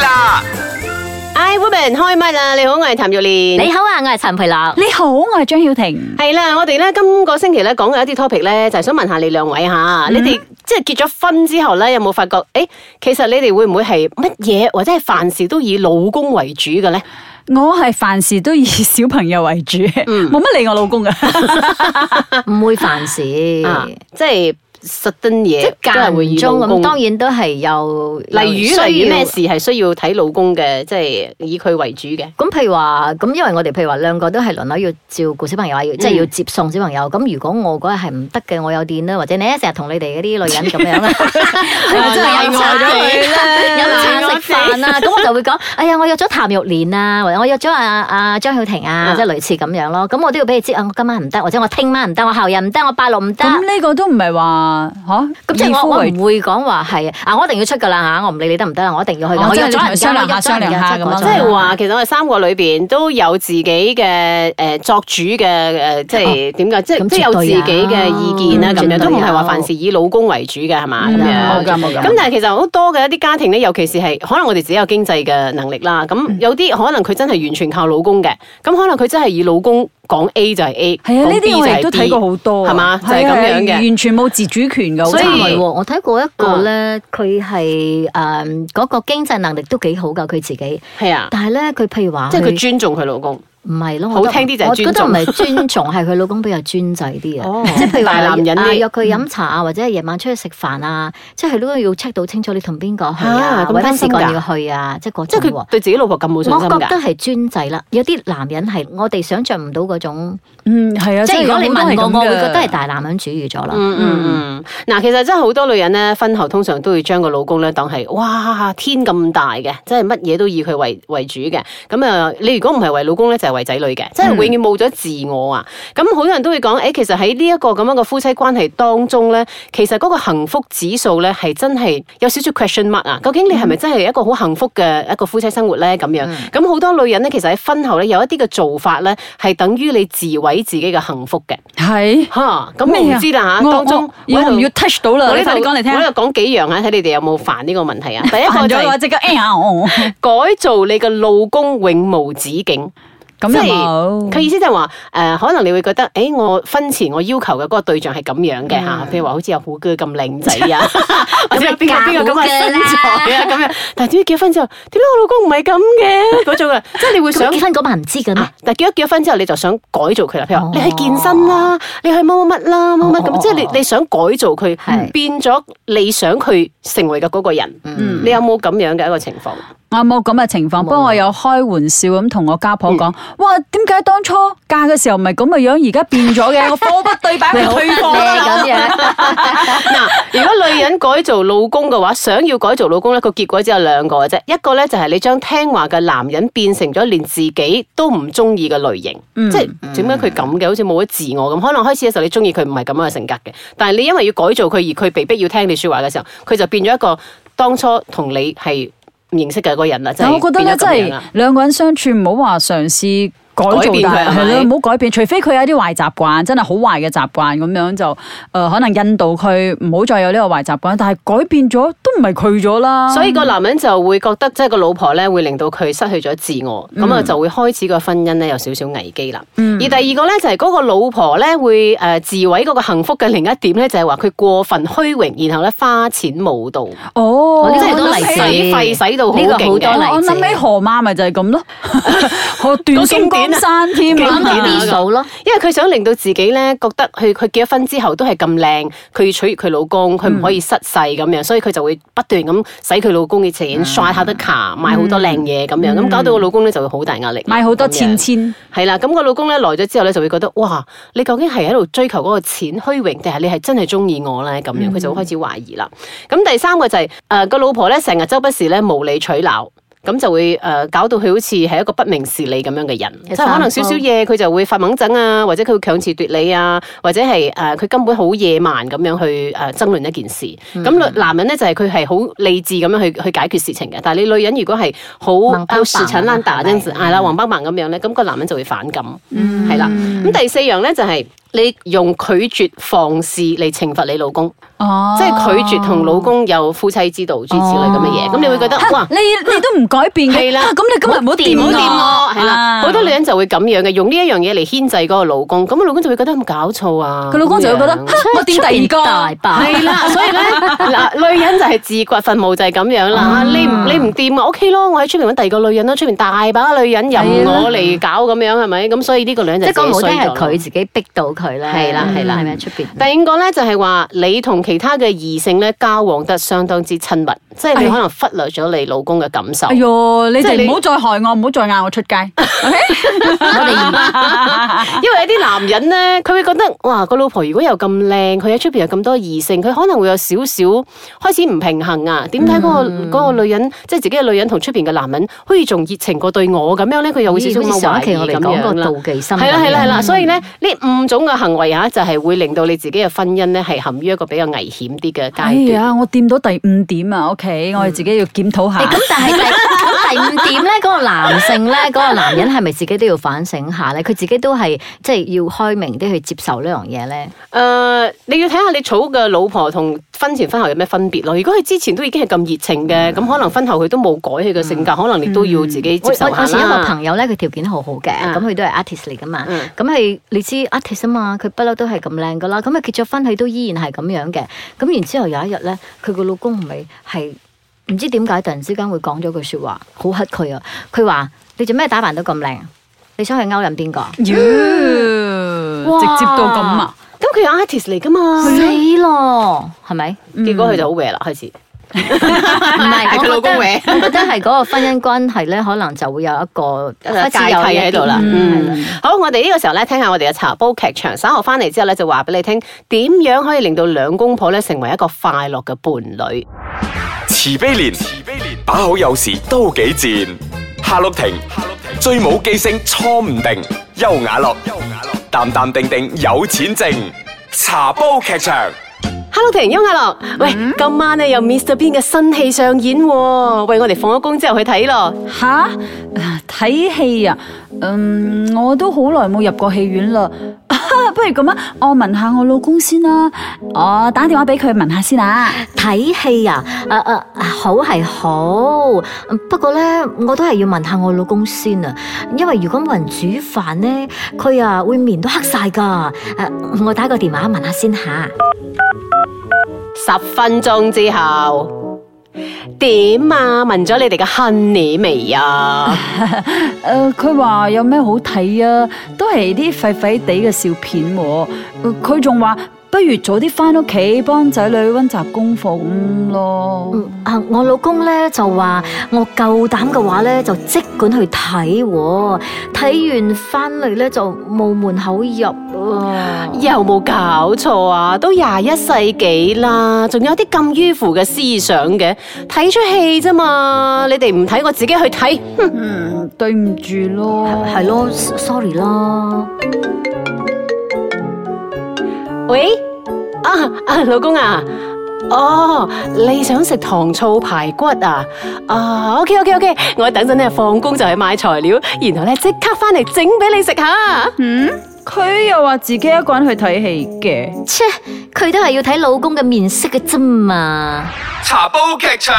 啦。 I Woman 開唛啦！你好，我係譚玉蓮。你好啊，我係陳培樂。你好，我係張曉婷。係啦，我哋咧今個星期咧講嘅一啲 topic 咧，就係想問下你兩位嗯吓，你哋即係結咗婚之後咧，有冇發覺？誒，其實你哋會唔會係乜嘢或者係凡事都以老公為主嘅咧？我係凡事都以小朋友為主，嗯冇乜理我老公噶。唔會犯事，啊，即係實登嘢，即係都係會間以中老咁，公。當然都係有例有如例需如要咩事係需要睇老公嘅，即係以佢為主嘅。咁譬如話，咁因為我哋譬如話兩個都係輪流要照顧小朋友啊，要即係要接送小朋友。咁如果我嗰日係唔得嘅，我有電啦，或者你一成日同你哋嗰啲女人咁 樣啦， 真係飲茶飲茶食飯啊，咁我就會講，哎呀，我約咗譚玉蓮啊，或者我約咗阿阿張曉婷啊，嗯即係類似咁樣咯。咁我都要俾你知啊，我今晚唔得，或者我聽晚唔得，我後日唔得，我拜六唔得。咁呢個都唔係話吓，咁即以係夫我我為唔會講話係啊，我一定要出㗎啦嚇，我唔理你得唔得啦，我一定要去㗎。哦我即係約你同咗佢人商家，我量約下咗人家商即量下咁樣即係係話，其實我哋三個裏邊都有自己嘅誒、呃作主嘅誒、呃即哦係點講？即係咁即係有啊自己嘅意見啦，啊絕對咁有樣嗯都唔係話絕對有凡事以老公為主嘅係嘛咁嗯樣啊冇。噶冇咁噶。但係其實好多嘅一啲家庭咧，尤其是係可能我哋自己有經濟嘅能力啦，嗯咁有啲可能佢真係完全靠老公嘅，咁可能佢真係以老公講 A 就係 A，係啊，呢講 B 啲就我係哋 B 都睇過好多啊，係嘛就係係啊咁樣嘅完全冇自主權噶，好所以真慘係啊喎，我睇過一個咧，佢係誒嗰個經濟能力都幾好㗎，佢自己。係啊，但係咧，佢譬如話，即係佢尊重佢老公。唔係咯，好我覺得聽啲就係我覺尊得重唔係尊重，係佢老公比較專制 啲哦啊。即係譬如話大男人啲嗯啊約佢飲茶啊，或者係夜晚出去食飯啊，即係佢都要 check 到清楚你同邊個去啊啊，咁或者擔時心㗎間要去啊，即係嗰即種係喎佢。對自己老婆咁冇信我心覺得㗎。係專制啦，有啲男人係我哋想像唔到嗰種，嗯係啊，即係如果你好多係問咁我，我會嘅覺得係大男人主義咗啦。嗯嗯嗯，嗱，其實真係好多女人咧，婚後通常都會將個老公咧當係哇天咁大嘅，真係乜嘢都以佢為為主嘅。咁啊，你如果唔係為老公咧，就係為仔女嘅，即係永遠冇咗自我啊。咁好多人都會講，誒、其實喺呢一個咁樣嘅夫妻關係當中咧，其實嗰個幸福指數咧係真係有少少 question mark 啊。究竟你係咪真係一個好幸福嘅一個夫妻生活咧？咁樣咁好多女人咧，其實喺婚後咧有一啲嘅做法咧，係等於你自毀自己嘅幸福嘅。係吓，咁我咩唔啊知啦吓，我當中我我喺度唔要 touch 到啦，我你呢度快啲講嚟聽我。呢度講幾樣啊，睇你哋有冇犯呢個問 題啊？第一個行就咗嘅話係即刻哎呀我改造你嘅老公永無止境，咁即又係冇。佢意思就係話誒，可能你會覺得誒、欸我婚前我要求嘅嗰個對象係咁樣嘅吓，嗯譬如話好似有虎哥咁靚仔 啊，或者有邊個邊個咁嘅身材啊咁樣，但係點解結婚之後，點解我老公唔係咁 嘅嗰種啊？即係你會咁想結。婚嗰晚唔知嘅咩啊？！但結咗結咗婚之後，你就想改造佢啦，譬如話哦你去健身啦，你去乜乜乜啦，乜乜哦哦咁，哦即係你你想改造佢，係變咗你想佢成為嘅嗰個人。嗯你有冇咁樣嘅一個情況？我啊冇咁嘅情況，不過我有開玩笑咁同我家婆嗯講：，哇，點解當初嫁嘅時候唔係咁嘅樣，而家變咗 嘅，我貨不對版，佢退貨啦。咁樣，嗱，如果女人改造老公嘅話，想要改造老公咧，個結果只有兩個嘅啫。一個咧就係你將聽話嘅男人變成咗連自己都唔中意嘅類型，嗯即係點解佢咁嘅？好似冇咗自我咁。可能開始嘅時候你中意佢唔係咁樣嘅性格嘅，但係你因為要改造佢而佢被逼要聽你説話嘅時候，佢就變咗一個當初同你係唔認識嘅嗰個人啦。即但係我覺得咧，變咗真咁樣係啦兩個人相處，唔好話嘗試。改造改變佢但係係咪咯，唔好改變，除非佢有一啲壞習慣，真係好壞嘅習慣咁樣就，誒、可能引導佢唔好再有呢個壞習慣，但係改變咗都唔係佢咗啦。所以個男人就會覺得，即係個老婆咧會令到佢失去咗自我，嗯咁啊、就會開始個婚姻咧有少少危機啦。而第二個咧就係、嗰個老婆咧會誒、呃自毀嗰個幸福嘅另一點咧，就係話佢過分虛榮，然後咧花錢無度，哦，我呢個都都使嚟自費使到好呢個好勁多嘅例。我諗起河馬咪就係 咁咯，河斷送江山添經典咁啊啊！啲數咯。因為佢想令到自己咧覺得佢佢結咗婚之後都係咁靚，佢要娶佢老公，佢唔可以失勢咁樣，所以佢就會不斷咁使佢老公嘅錢，刷下得卡，買好多靚嘢咁樣，咁搞到個老公咧就會好大壓力，買好多咁樣錢錢，係啦，咁個老公咧來咗之後咧，就會覺得哇，你究竟係喺度追求嗰個錢虛榮，定係你係真係中意我咧？咁樣佢就會開始懷疑啦。咁第三個就係誒個老婆咧，成日周不時咧無理取鬧。咁就會誒、呃搞到佢好似係一個不明事理咁樣嘅人，即有係可能少散少步嘢佢就會發猛憎啊，或者佢會強詞奪理啊，或者係誒佢根本好野蠻咁樣去誒、呃、爭論一件事。咁、女男人咧就係佢係好理智咁樣去去解決事情嘅，但係你女人如果係好盲好崩死纏啊啊爛打崩嗰陣時，啊係咪嗯係啦，黃斑盲咁樣咧，咁、個男人就會反感，係啦。咁第四樣咧就係、你用拒絕放肆嚟懲罰你老公，哦即係拒絕同老公有夫妻之道諸如此類咁嘅嘢，哦咁、你會覺得 哇你。你都唔改變嘅，係啦啊咁你今日唔好掂唔好我，掂我，係啦，啊好多女人就會咁樣嘅，用呢一樣嘢嚟牽制嗰個老公，咁個老公就會覺得有冇搞錯啊？佢老公就會覺得咁樣哈我掂第大二個。 把。係啦，所以咧嗱，女人就係自掘墳墓就係咁樣啦。你唔你唔掂啊，OK 咯，我喺出面揾第二個女人啦，出面大把女人任我嚟搞咁樣係咪？咁所以呢個女人即就係講唔好自聽己衰係咗咯佢自己逼到佢咧，係啦係啦係咪出邊？第五個咧就係話你同其他嘅異性咧交往得相當之親密，即係你哎可能忽略咗你老公嘅感受哎。呦，你即係你哋唔好再害我，唔好再嗌我出街。 因為有啲男人咧，佢會覺得哇個老婆如果又咁靚，佢喺出邊有咁多異性，佢可能會有少少開始唔平衡啊。點解嗰個嗰個女人，即係自己嘅女人同出邊嘅男人，好似仲熱情過對我咁樣咧，佢又會少少好似上一期我哋咁講過樣啦。妒忌心，係啦係啦係啦，所以咧呢五種嘅行為啊，就係會令到你自己嘅婚姻咧係陷於一個比較危險啲嘅哎階段。呀，我掂到第五點啊，OK，我哋自己要檢討下誒。咁但係第咁第五點咧，嗰、個男性咧，嗰、個男人係咪自己都要反省下咧？佢自己都係即係要開明啲去接受呢樣嘢咧。誒、呃你要睇下你娶嘅老婆同婚前婚後有咩分別咯。如果佢之前都已經係咁熱情嘅，咁、可能婚後佢都冇改佢嘅性格，可能你都要自己接我受我嗯下我前一個啦。朋友咧，佢條件好好嘅，啊咁佢都係 artist 嚟噶嘛嗯。咁佢你知 artist 啊嘛，佢不嬲都係咁靚噶啦。咁佢結咗婚，佢都依然係咁樣嘅。咁然之後有一日咧，佢個老公唔係係唔知點解突然之間會講咗句説話，好乞佢啊！佢話：你做咩打扮到咁靚？你想去勾引邊個？妖直接到咁啊！咁佢係啊 artist 嚟噶嘛？死咯，係咪？結果佢就好 w 啦，開始。唔係，係佢我老公覺得搲我覺得係嗰個婚姻關係咧，可能就會有一個一個開始有界一喺啲度啦嗯嗯好，我哋呢個時候咧，聽下我哋嘅茶煲劇場，稍後翻嚟之後咧，就話俾你聽點樣可以令到兩公婆咧成為一個快樂嘅伴侶。慈悲蓮，慈悲蓮，把好有時都幾賤。夏綠庭，夏綠庭，最冇記性錯唔定。優雅樂，優雅樂，淡淡定定有錢剩。茶煲劇場， Hello，婷優雅樂，喂，今晚咧有 Mr. Bean 嘅新戲上演喎，喂，我哋放咗工之後去睇咯。吓睇戲啊！嗯，我都好耐冇入過戲院啦。 不如咁啊，我問下我老公先啦，我打電話俾佢問下先 啊。睇戲啊，誒、誒、好係好，不過咧我都係要問下我老公先啊，因為如果冇人煮飯咧，佢啊會面都黑晒噶。誒、我打個電話問下先吓。十分鐘之後點啊？問咗你哋嘅 honey 未啊？誒、呃佢話有咩好睇啊？都係啲廢廢地嘅笑片喎、呃佢仲話不如早啲翻屋企幫仔女溫習功課咁咯。嗯啊，我老公咧就話我夠膽嘅話咧就即管去睇喎，睇完翻嚟咧就冇門口入啊。有冇搞錯啊？都廿一世紀啦，仲有啲咁迂腐嘅思想嘅，睇出戲啫嘛！你哋唔睇，我自己去睇。哼嗯，對唔住咯。係咯，sorry 啦。喂，啊啊，老公啊，哦，你想食糖醋排骨啊？啊，OK OK OK，我等陣咧放工就去買材料，然後咧即刻翻嚟整俾你食下。嗯，佢又話自己一個人去睇戲嘅。切，佢都係要睇老公嘅面色嘅啫嘛。茶煲劇場。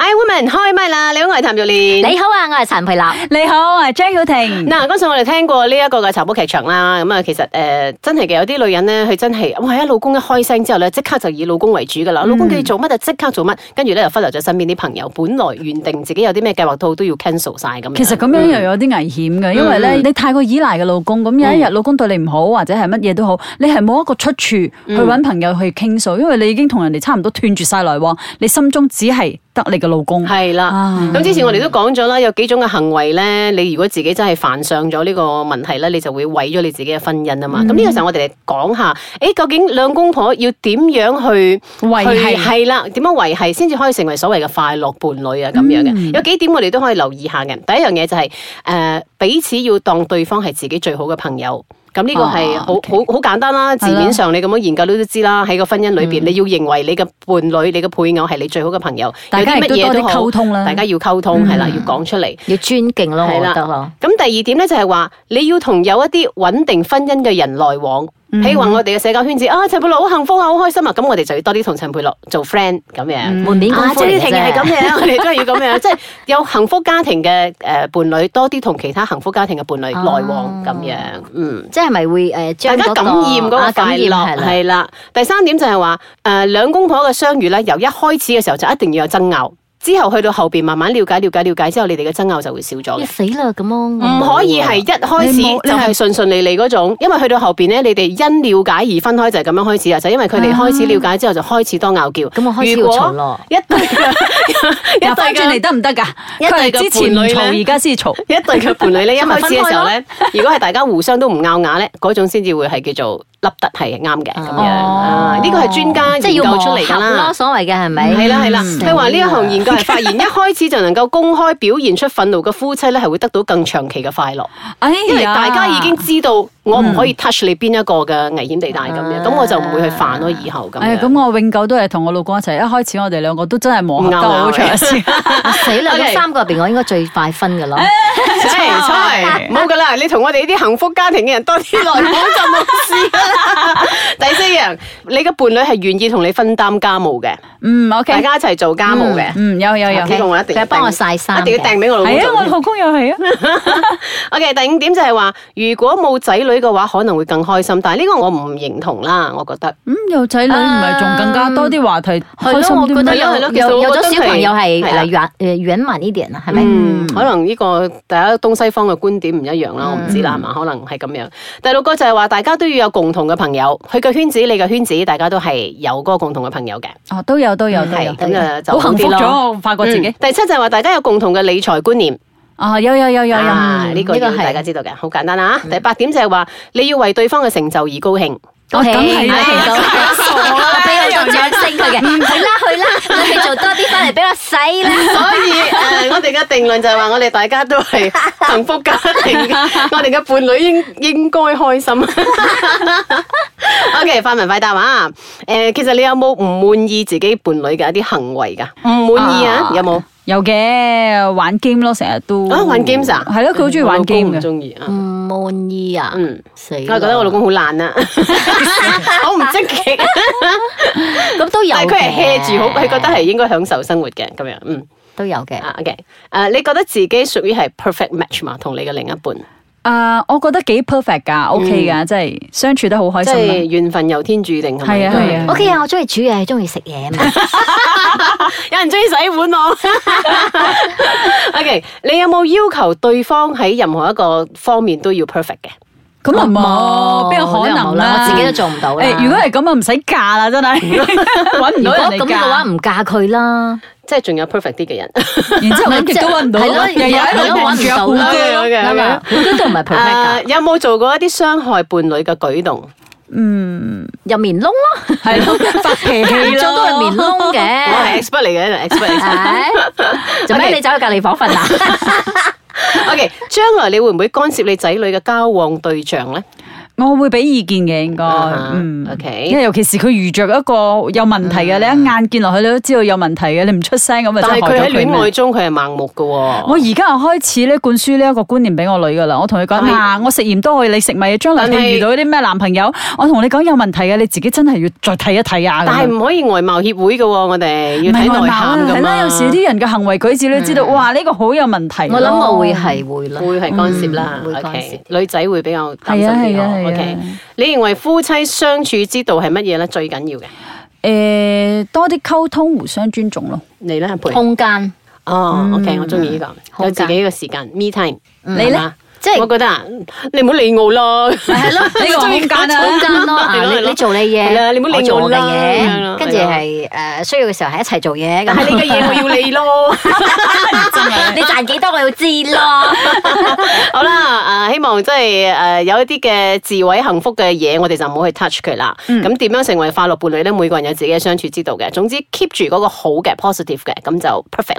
I woman 開麥啦！你好，我係譚玉蓮。你好啊，我係陳培立。你好，我係張曉婷。嗱，嗰陣我哋聽過呢一個嘅茶煲劇場啦，咁啊，其實誒、呃真係嘅，有啲女人咧，佢真係哇，一老公一開聲之後咧，即刻就以老公為主噶啦，嗯老公叫你做乜就即刻做乜，跟住咧就忽略咗身邊啲朋友，本來原定自己有啲咩計劃都都要 cancel 晒咁樣。其實咁樣又有啲危險嗯嘅，因為咧你太過依賴嘅老公，咁有一日老公對你唔好或者係乜嘢都好，你係冇一個出處去嗯揾朋友去傾訴，因為你已經同人哋差唔多斷絕晒來往，你心中只係得你嘅老公。係啦。啊咁之前我哋都講咗啦，有幾種嘅行為咧，你如果自己真係犯上咗呢個問題咧，你就會毀咗你自己嘅婚姻啊嘛。嗯咁呢、個時候我哋嚟講下，誒究竟兩公婆要點樣去維繫去係啦，點樣維係先至可以成為所謂嘅快樂伴侶啊咁樣嘅？嗯有幾點我哋都可以留意下嘅。第一樣嘢就係、誒、彼此要當對方係自己最好嘅朋友。咁呢個係哦好 OK 好好簡單啦，字面上你咁樣研究都知啦。喺個婚姻裏嗯邊，你要認為你嘅伴侶、你嘅配偶係你最好嘅朋友，大家有啲乜亦都嘢多啲都好溝通啦嗯大家要溝通係啦，要講出嚟。要尊敬咯，我係覺啦得咯。咁第二點咧就係話，你要同有一啲穩定婚姻嘅人來往。嗯譬如話我哋嘅社交圈子啊，陳佩樂好幸福啊，好開心啊，咁我哋就要多啲同陳佩樂做 friend 咁嗯樣。門面功啊，夫即嚟係嘅呢庭係啫咁 樣，我哋都係要咁樣，即係有幸福家庭嘅誒伴侶，多啲同其他幸福家庭嘅伴侶來哦往咁樣，嗯。即係咪會誒大將家嗰個感染嗰個啊感快染係樂啦係啦。第三點就係話，誒兩公婆嘅相遇咧，由一開始嘅時候就一定要有爭拗，之後去到後邊慢慢了解、了解、了解之後，你哋嘅爭拗就會少咗要嘅。死啦咁咯，唔可以係一開始你冇你就係順順利利嗰種，因為去到後邊咧，你哋因了解而分開就係咁樣開始啊，就因為佢哋開始了解之後就開始多拗撬。嗯咁我開始要如果嘈咯一對 嘅一對又翻轉嚟嘅得唔得㗎？一佢對嘅係之前唔伴侶嘈，呢而家先嘈。一對嘅伴侶 咧，一開始嘅時候咪咧，如果係大家互相都唔拗牙咧，嗰種先至會係叫做凹凸係啱嘅咁樣。啊呢個係專家哦即係研要究磨出嚟㗎合啦咯，。所謂嘅係咪？係啦係啦，嗯佢話呢一項研究係發現，一開始就能夠公開表現出憤怒嘅夫妻咧，係會得到更長期嘅快 樂。哎因為呀大家已經知道我唔可嗯以 touch 你邊一個嘅危險地帶咁樣，咁我就唔會去犯咯。以後咁哎呀樣。咁我永久都係同我老公一齊。一開始我哋兩個都真係磨合得嗯好長時間。 啊死啦！ OK 咁三個入邊我應該最快分㗎咯。真係真 係冇噶啦！你同我哋呢啲幸福家庭嘅人多啲來往就冇事 㗎啦。第四樣，你嘅伴侶係願意同你分擔家務嘅，嗯大，OK，家一齊做家務嘅。嗯，有有有。呢個我一定要佢幫我訂曬衫一定要嘅訂俾我老公係啊，做我老公又係嗯啊。 O.K. 第五點就係話，如果冇仔女嘅話，可能會更開心，但係呢個我唔認同啦，我覺得。嗯，有仔女唔係仲更加多啲話題，係開心咯，我覺啲得咩？啊係咯有其實有我有覺得咗小朋友係係係啦誒圓誒圓滿一點啊，係咪？嗯，可能呢個大家東西方嘅觀點唔一樣啦，我唔知啦，係嘛？可能係咁樣。第六個就係話，大家都要有共同嘅朋友，佢嘅圈子，你嘅圈子，大家都係有嗰個共同嘅朋友嘅，哦，都有都有都有係，咁啊就好幸福啲咯。咗，我發覺自己嗯第七就係話，大家有共同嘅理財觀念，啊，有有有有有，啊呢個呢個要係大家知道嘅，好簡單啦。第八點就係話，你要為對方嘅成就而 高興。我梗係係啦，到，我俾我多掌聲佢嘅，去啦去啦，你去做多啲翻嚟俾我使啦。所以誒、呃我哋嘅定論就係話，我哋大家都係幸福家庭 嘅，我哋嘅伴侶應應該開心。O.K. 快文快答啊！誒、其實你有冇唔滿意自己伴侶嘅一啲行為㗎？唔滿意啊？有冇？有嘅玩 game 咯，成日都啊玩 games 啊係咯，佢好中意玩 game 我老公唔嘅。中意啊唔！滿意啊，嗯，死！我覺得我老公好懶 啊，好唔積極。咁都有但嘅，係佢係 hea 住好，佢覺得係應該享受生活嘅咁樣。嗯都有嘅。啊，OK。誒，你覺得自己屬於係 perfect match 嘛？同你嘅另一半？啊，我覺得幾 perfect 噶，OK à, 噶，即係相處得好開即心係啦。緣分由天注定係咪係啊係啊 O K 啊，我中意煮嘢，中意食 嘢啊嘛。有人中意洗碗我。OK，你有冇要求對方喺任何一個方面都要 perfect 嘅？咁啊冇，邊有可能啦？我自己都做唔到啦誒如果係咁啊，唔使嫁啦，真係 搵唔如到果人咁嚟嘅話，嫁。唔嫁佢啦。即係仲有 perfect 啲嘅人。然之後揾極都揾唔到，係咯日日喺係度咯望住有揾好唔到多。 OK，OK，OK 啱啊，好多都唔誒係 perfect 㗎，啊有冇做過一啲傷害伴侶嘅舉動？入棉 窿咯，係咯，發脾氣最咯，都係棉窿我嘅。 係 expert 嚟嘅，expert。唉做咩 OK 你走去隔離房 瞓啊？ OK，將來你會唔會干涉你仔女嘅交往對象咧？我會俾意見嘅，應該，啊哈嗯 OK 嗯因為尤其是佢遇着一個有問題嘅，你一眼見落去，你都知道有問題嘅，你唔出聲咁咪真但係係害佢喺咗佢戀愛咩。中佢係盲目嘅喎。我而家又開始咧灌輸呢一個觀念俾我女噶啦，我同佢講但係嗱，我食鹽多過你食米，將來但係你遇到啲咩男朋友，我同你講有問題嘅，你自己真係要再睇一睇啊。咁樣但係唔可以外貌協會嘅喎，我哋要唔係睇外內貌啊涵㗎係啦，嘛。嗯有時啲人嘅行為舉止你都知道，哇呢個好有問題咯。我諗我會係會啦，會係干涉啦嗯會干，OK，涉女仔會比較擔心啲係啊係啊咯係，OK 啊。你認為夫妻相處之道係乜嘢咧？最緊要嘅，誒多啲溝通，互相尊重咯。你咧陪空間。哦，OK，我中意呢個，好有自己嘅時間，me time。你係呢嘛？即係我覺得啊，你唔好理我 啦， 係咯呢個空間啊空 間咯，啊你你做你嘢，係啦，你唔好我理做我我嘅啦，係嘢，啦跟住，係誒需要嘅時候係一齊做嘢但係咁。你嘅嘢我要 理咯。 你賺幾多我要知咯。 好啦，啊、希望即係誒有一啲嘅智慧幸福嘅嘢，我哋就唔好去 touch 佢啦。咁點、樣成為快樂伴侶咧？每個人有自己嘅相處之道嘅。總之 keep 住嗰個好嘅 positive 嘅，咁就 perfect 啦。